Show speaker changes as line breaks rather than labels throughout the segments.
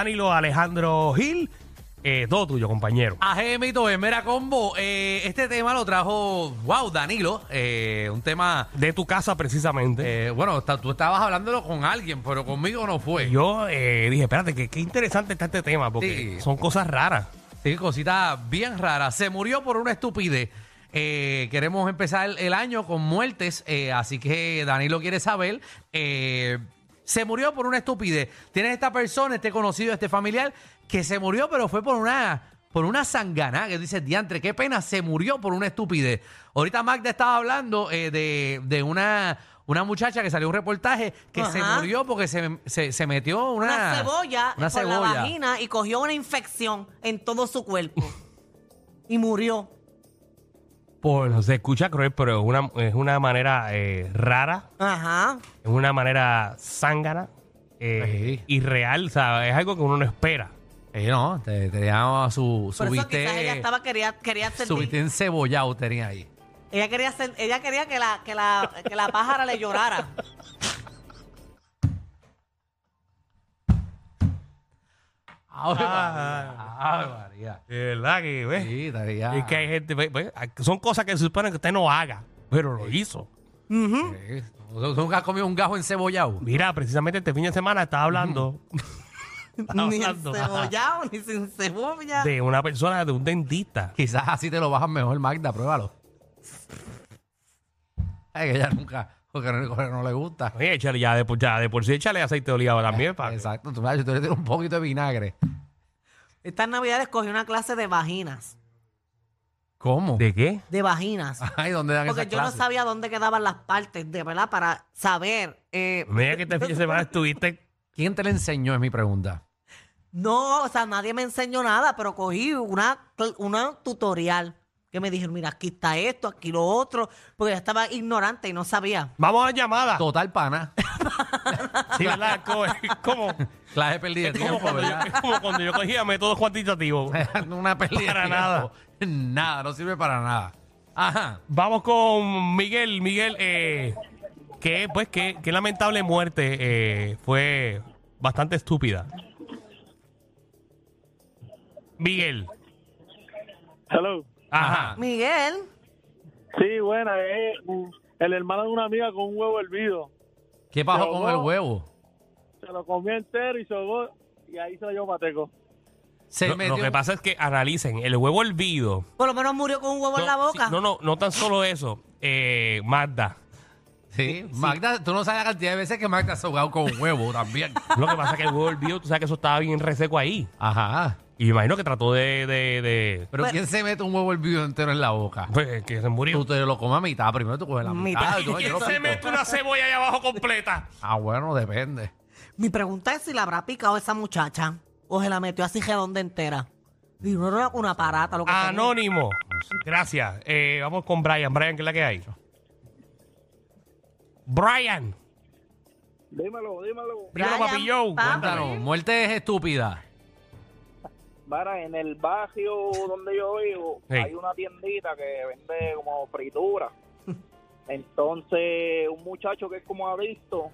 Danilo Alejandro Gil. Eh, todo tuyo, compañero.
Ajemito, mira combo, eh, este tema lo trajo, wow, Danilo, eh, un tema,
De tu casa, precisamente.
eh, bueno, está- tú estabas hablándolo con alguien, pero conmigo no fue.
Yo eh, dije, espérate, que qué interesante está este tema, porque
Sí.
son cosas raras.
Sí, cosita bien rara. Se murió por una estupidez. Eh, queremos empezar el, el año con muertes, eh, así que Danilo quiere saber. eh, se murió por una estupidez. Tienes esta persona, este conocido, este familiar, que se murió, pero fue por una por una sanganá, que dice diantre, qué pena, se murió por una estupidez. Ahorita Magda estaba hablando eh, de, de una, una muchacha que salió un reportaje que se
Ajá.
murió porque se, se, se metió una,
Ah,
una cebolla
una
por
cebolla.
la vagina y cogió una infección en todo su cuerpo. y murió.
Por, se escucha cruel, pero es una, es una manera eh, rara,
Ajá.
es una manera zángana, eh,
Sí.
irreal, o sea, es algo que uno no espera.
Eh, no, te, te daba su, su
Por eso
bistec-
quizás ella estaba quería quería
su
sentir-
bistec encebollado tenía ahí.
ella quería ser- ella quería que la que la que la pájara le llorara.
Ay,
Ah.
María.
De verdad que, Ah.
Ay, María.
¿ves?
Sí, estaría-
Es que hay gente, ve- ve, son cosas que se supone que usted no haga, pero lo hizo.
Ujú.
Sí. ¿Tú tú nunca has comido un gajo encebollado?
Mira, precisamente este fin de semana estaba hablando Estaba
Ni
hablando.
cebollado ni sin cebolla.
de una persona, de un dentista.
Quizás así te lo bajan mejor, Magda, pruébalo. Ay, que ella nunca, porque no, porque no le gusta.
Oye, échale ya de, por- ya de por sí, échale aceite de oliva también. pa' que-
Exacto, tú, sabes, tú le tiras un poquito de vinagre.
Estas Navidades cogió una clase de vaginas,
¿Cómo?
¿De qué?
de vaginas.
Ay, ¿dónde dan
Porque
esas
yo no
clases?
sabía dónde quedaban las partes, de verdad, para saber. eh,
Mira que este fin de semana estuviste.
¿Quién te le enseñó? Es mi pregunta.
No, o sea, nadie me enseñó nada, pero cogí una, cl- una tutorial que me dijeron, mira, aquí está esto, aquí lo otro, porque yo estaba ignorante y no sabía.
Vamos a la llamada.
Total pana.
Sí, ¿verdad? Co- Es como,
Clase perdida de
como
Este tiempo,
cuando yo,
¿verdad?
es como cuando yo cogía métodos cuantitativos.
una pelea.
Para
de
nada.
tiempo. Nada, no sirve para nada. Ajá.
Vamos con Miguel. Miguel, eh, que pues qué, qué lamentable muerte eh, fue bastante estúpida. Miguel.
Hello.
Ajá.
Miguel,
Sí, buena, es mm, el hermano de una amiga con un huevo hervido.
¿Qué pasó
Yo
con
no.
el huevo?
Se lo comió entero y se ahogó, y ahí se lo llevó Mateco.
Se
Lo, lo
metió.
que pasa es que analicen el huevo hervido.
por lo menos murió con un huevo en la
No, sí,
boca.
no, no, no tan solo eso. Eh, Magda.
Sí, Magda, tú no sabes la cantidad de veces que Magda se ha ahogado con un huevo también.
Lo que pasa es que el huevo hervido, tú sabes que eso estaba bien reseco ahí.
Ajá.
Y me imagino que trató de. de, de-
Pero
Bueno.
¿quién se mete un huevo hervido entero en la boca?
pues, que se murió.
Tú te lo comes a mitad, primero tú coges la mitad.
Mitad.
y tú, Ah, yo lo pico.
una cebolla ahí abajo completa?
Ah, bueno, depende.
Mi pregunta es si la habrá picado esa muchacha o se la metió así redonda entera. Y no era una parata, lo que
Ah,
tenía.
Anónimo. Gracias. Eh, vamos con Brian. Brian, ¿qué es la que hay? Brian.
Dímelo, dímelo.
Dímelo,
Brian,
papi Joe.
papi.
Cuéntanos, muerte es estúpida.
Mara, en el barrio donde yo vivo
Sí.
hay una tiendita que vende como fritura. Entonces, un muchacho que es como adicto,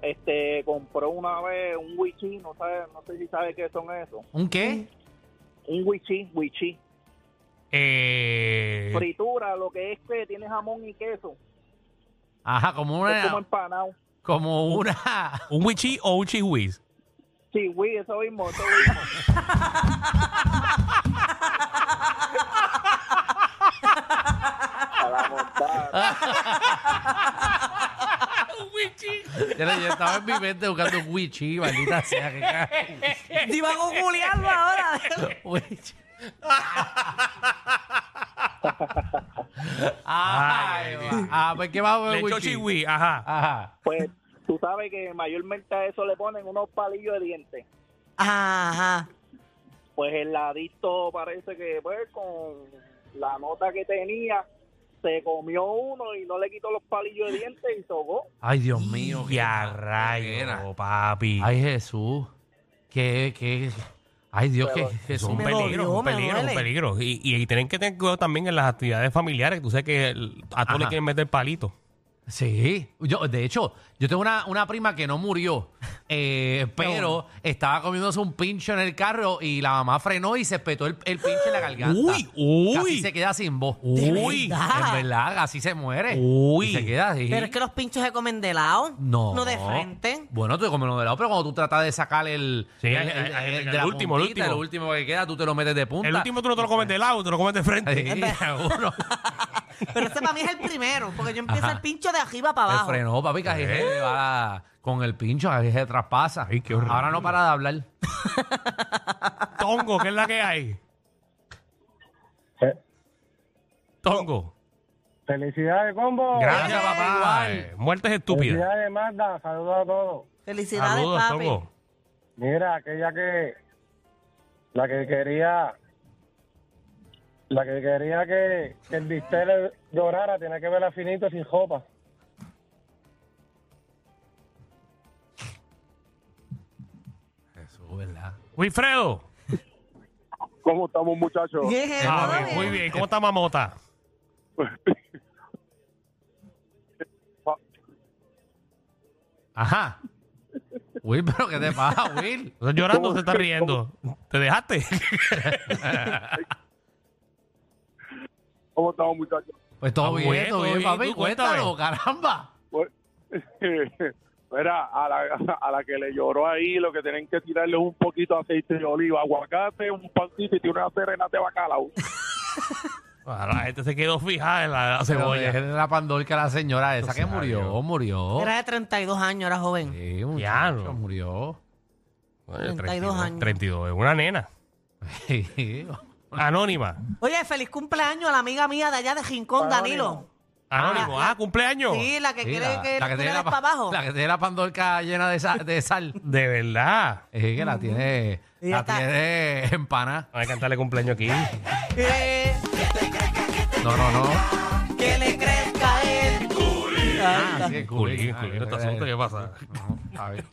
este, compró una vez un wichí, no, sabe, no sé si sabe qué son eso.
¿Un qué?
Un wichí, wichí.
Eh,
Fritura, lo que es que tiene jamón y queso,
Ajá, como
es como
una.
empanado.
Como una.
¿Un wichi o un chihuiz?
Sí, güey, eso mismo, eso mismo. A la montada.
Un wichi.
Yo estaba en mi mente buscando un wichi, maldita sea. Que ca-
Iba a googlearlo ahora.
Wichi. Ay, va. ah, pues qué vamos a
Le
ver,
echó
wichi.
chihuiz, ajá.
Ajá.
Pues tú sabes que mayormente a eso le ponen unos palillos de dientes.
Ajá.
Pues el adicto parece que pues con la nota que tenía se comió uno y no le quitó los palillos de dientes y se ahogó.
Ay, Dios mío. qué
Ya
mal- qué
rayo,
pena.
papi.
Ay, Jesús. Qué, qué. Ay, Dios, qué Jesús.
un
me
peligro,
dolió,
un
me
peligro, un
duele.
peligro. Y, y, tienen que tener cuidado también en las actividades familiares. que Tú sabes que el- a todos le
Ajá.
quieren meter palito.
Sí, yo, de hecho, yo tengo una, una prima que no murió, eh, pero estaba comiéndose un pincho en el carro y la mamá frenó y se espetó el, el pincho en la garganta.
Uy, uy.
Casi se queda sin voz.
Uy.
En verdad, así se muere.
Uy.
Y se queda así.
Pero es que los pinchos se comen de lado.
No.
No de frente.
Bueno, tú comes uno de lado, pero cuando tú tratas de sacar el.
Sí,
el,
hay- hay- hay-
de
el
la
último, el último.
el último que queda, tú te lo metes de punta.
El último tú no te lo comes de lado, te lo comes de
Sí,
frente.
seguro.
Pero ese para mí es el primero, porque yo empiezo
Ajá.
el pincho de arriba para
Me
abajo.
frenó, papi, casi se va con el pincho, casi se traspasa.
¿Eh? Ay, qué horrible.
Ahora no para de hablar.
Tongo, ¿qué es la que hay?
Fe-
Tongo.
Felicidades, combo.
Gracias,
Ey,
papá.
igual.
Eh, Muertes estúpidas.
Felicidades, Magda. Saludos a todos.
Felicidades,
Saludos,
papi.
Tongo.
Mira, aquella que. La que quería. La que quería que, que el bistec le llorara, tenía que verla finito sin jopa.
Eso, ¿verdad?
Wilfredo.
¿Cómo estamos, muchachos?
Bien,
Ah,
todo
bien,
bien.
muy bien. ¿Cómo está Mamota?
Ajá. Will, pero ¿qué te pasa, Will?
¿Estás llorando o se está riendo? ¿Te dejaste?
¿Cómo estamos, muchachos?
Pues todo
Ah,
bien,
bueno,
todo bien,
bien,
papi.
¿tú? Cuéntame.
Cuéntalo, caramba.
Pues, Mira, a la, a la que le lloró ahí, lo que tienen que tirarle es un poquito de aceite de oliva, aguacate, un pancito y tiene una serenata de bacalao.
Ahora, Ah, la gente se quedó fijada en la, la
Se
cebolla.
la pandorca la señora esa que murió, murió.
Era de 32 años, era joven.
Sí, muchacho,
Ya, no.
murió.
Oye,
32 años.
32, es una nena.
Sí.
Anónima.
Oye, feliz cumpleaños a la amiga mía de allá de Rincón, Danilo.
Anónimo.
la-
Ah, cumpleaños.
Sí, la que
Sí,
quiere que la,
tiene
para
pa-
abajo.
La que tiene la pandorca llena de sal. De sal.
De verdad.
Es que la tiene,
Y
la
está-
tiene empanada.
Hay que cantarle cumpleaños aquí.
Eh,
No, no, no.
que le crezca el Ahí
Ah,
está.
sí, el
Culín,
culín.
culín,
Ay,
este
ay,
asunto,
ay.
¿qué pasa?
No, a ver.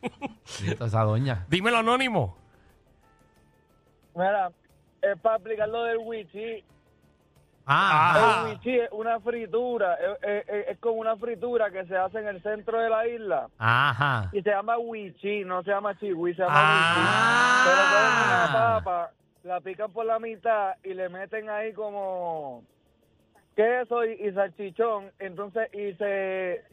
Y toda esa doña.
Dímelo, Anónimo.
Mira, es para aplicar lo del wichi.
Ah,
Ajá.
El wichi es una fritura. Es, es- es como una fritura que se hace en el centro de la isla.
ajá.
Y se llama wichi, no se llama chihui, se llama
Ah.
wichi. Pero ponen una papa, la pican por la mitad y le meten ahí como queso y, y salchichón. Entonces, y se,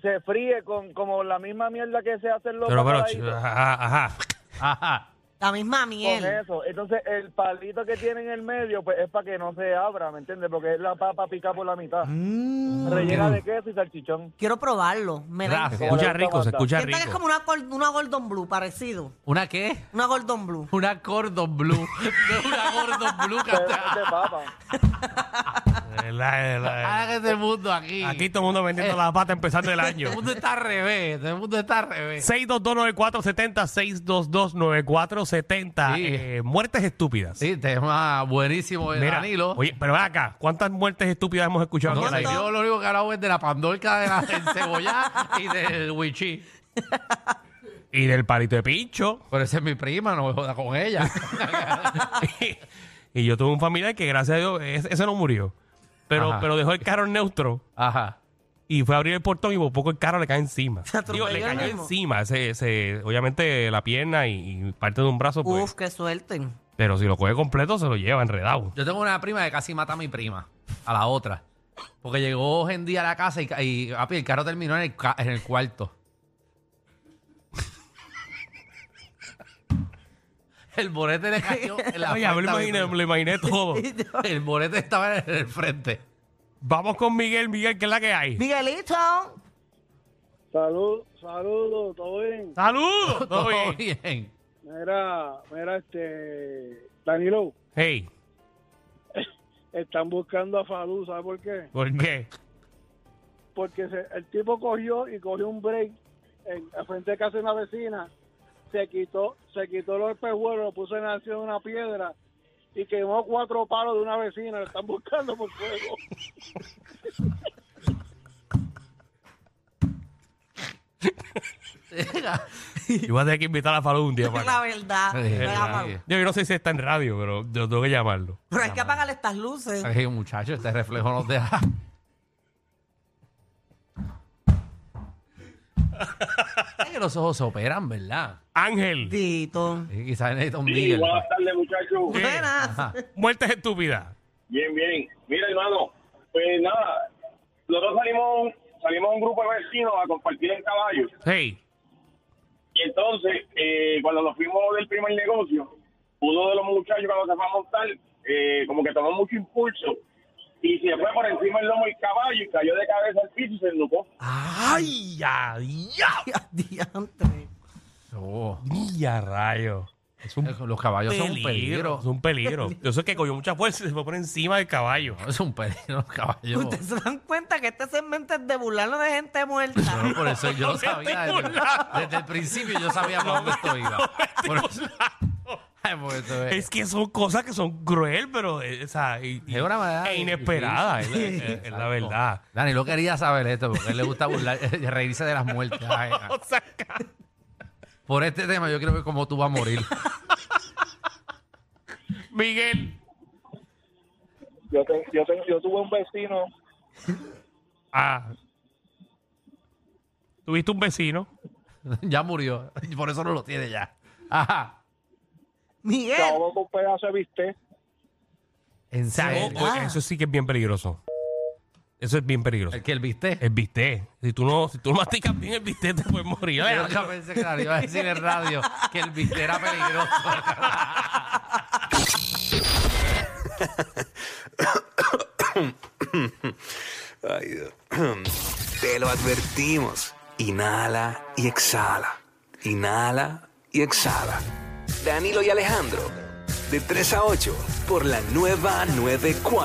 se fríe con como la misma mierda que se hace en los
Pero, pero,
bacalaitos,
ch- ajá, ajá.
Ajá.
La misma
con
miel.
eso. Entonces, el palito que tiene en el medio, pues es para que no se abra, ¿me entiendes? Porque es la papa picada por la mitad.
Mm.
Rellena de queso y salchichón.
Quiero probarlo. Me da-
Gracias.
Se escucha rico, se escucha
Siento que es como
rico.
una, col- una Gordon Blue, parecido.
¿Una qué?
Una Gordon Blue.
Una cordon blue. De una cordon blue.
Es de
que-
papa.
De verdad, de verdad.
Haga este mundo aquí.
Aquí todo el mundo vendiendo
Eh.
la pata empezando el año.
Todo el mundo está al revés. Todo el mundo está al revés.
6229470, 6229470.
Sí.
Eh, muertes estúpidas.
Sí, tema buenísimo de
Mira,
Danilo.
Oye, pero ven acá, ¿cuántas muertes estúpidas hemos escuchado?
No,
aquí al
si
aire?
yo lo único que he hablado es de la pandorca de la del cebollá y del wichí.
y del palito de pincho.
Pero esa es mi prima, no me joda con ella.
y yo tuve un familiar que, gracias a Dios, e, ese, ese no murió. Pero,
Ajá.
pero dejó el carro en neutro
Ajá.
y fue a atravesar el portón y por poco el carro le cae encima. Digo,
atropelló
le
el
cayó
mismo.
encima. ese- ese- obviamente la pierna y, y parte de un brazo, pues.
Uf, qué suerte.
Pero si lo coge completo, se lo lleva enredado.
Yo tengo una prima que casi mata a mi prima, a la otra. Porque llegó en día a la casa y, ca- y, papi, el carro terminó en el, ca- en el cuarto. El borete le cayó en la
Oye, me lo
frente
imaginé, me
a mi prima.
lo imaginé todo.
El borete estaba en el frente.
Vamos con Miguel, Miguel, que es la que hay.
Miguelito.
Salud, saludos, todo bien.
¡Saludos!
Todo
¿Todo bien?
bien.
Mira, mira, este, Danilo,
Hey,
están buscando a Falú, ¿sabes por qué?
¿por qué?
Porque se- el tipo cogió y cogió un break en, al frente de casa de una vecina, se quitó, se quitó los espejuelos, lo puso en la de una piedra y quemó cuatro palos de una vecina, lo están buscando por fuego.
Yo voy a tener que invitar a Falú un día para acá.
La verdad.
Sí,
Venga,
sí.
Pablo.
Yo, yo no sé si está en radio, pero yo tengo que llamarlo.
Pero hay que apagar estas luces.
Ay, muchacho, este reflejo nos deja. Es que los ojos se operan, ¿verdad?
Ángel,
Tito.
Sí, Quizás necesita un
Sí,
Miguel.
buenas tardes, muchachos.
Eh.
Buenas.
Ajá.
muertes estúpidas.
Bien, bien. Mira, hermano, pues nada, nosotros salimos, salimos un grupo de vecinos a compartir el caballo.
Hey,
Y entonces, eh, cuando nos fuimos del primer negocio, uno de los muchachos cuando se fue a montar, eh, como que tomó mucho impulso y se fue por encima del lomo del caballo y cayó de cabeza al piso y se enlupó.
ay, ya, ya,
Diantre.
Oh,
ya, rayo. Es un
los caballos son un
peligro.
peligro.
Es un peligro. Yo sé que cogió mucha fuerza y se fue por encima del caballo.
Es un peligro los caballos.
Ustedes se dan cuenta que este segmento es de burlarlo de gente muerta.
Yo por eso yo
No
lo
me
sabía.
estoy
Desde,
burlando.
desde el principio yo sabía para dónde esto iba. Por eso- Ay, por eso es-
Es que son cosas que son cruel, pero eh, o sea, y- y-
Es una manera
e inesperada, es,
difícil.
es- es- es la
Exacto.
verdad.
Dani no quería saber esto porque a él le gusta burlar, reírse de las muertes. Ay, ay.
O sea, ca-
Por este tema yo quiero ver cómo tú vas a morir.
Miguel,
Yo, te- yo, te- yo tuve un vecino
ah, tuviste un vecino.
ya murió. Y Por eso no lo tiene ya. Ajá.
que
Miguel.
ahogó con un pedazo de bistec.
En
Se ahogó.
serio.
Ah.
Oh, Eso sí que es bien peligroso. Eso es bien peligroso.
El que el viste.
El bistec. Si tú no, si tú no masticas bien el bistec, te puedes morir.
Yo nunca pensé que la iba a decir en radio que el viste era peligroso.
Ay, Dios. Te lo advertimos. Inhala y exhala. Inhala y exhala. Danilo y Alejandro, de 3 a 8, por la nueva 94.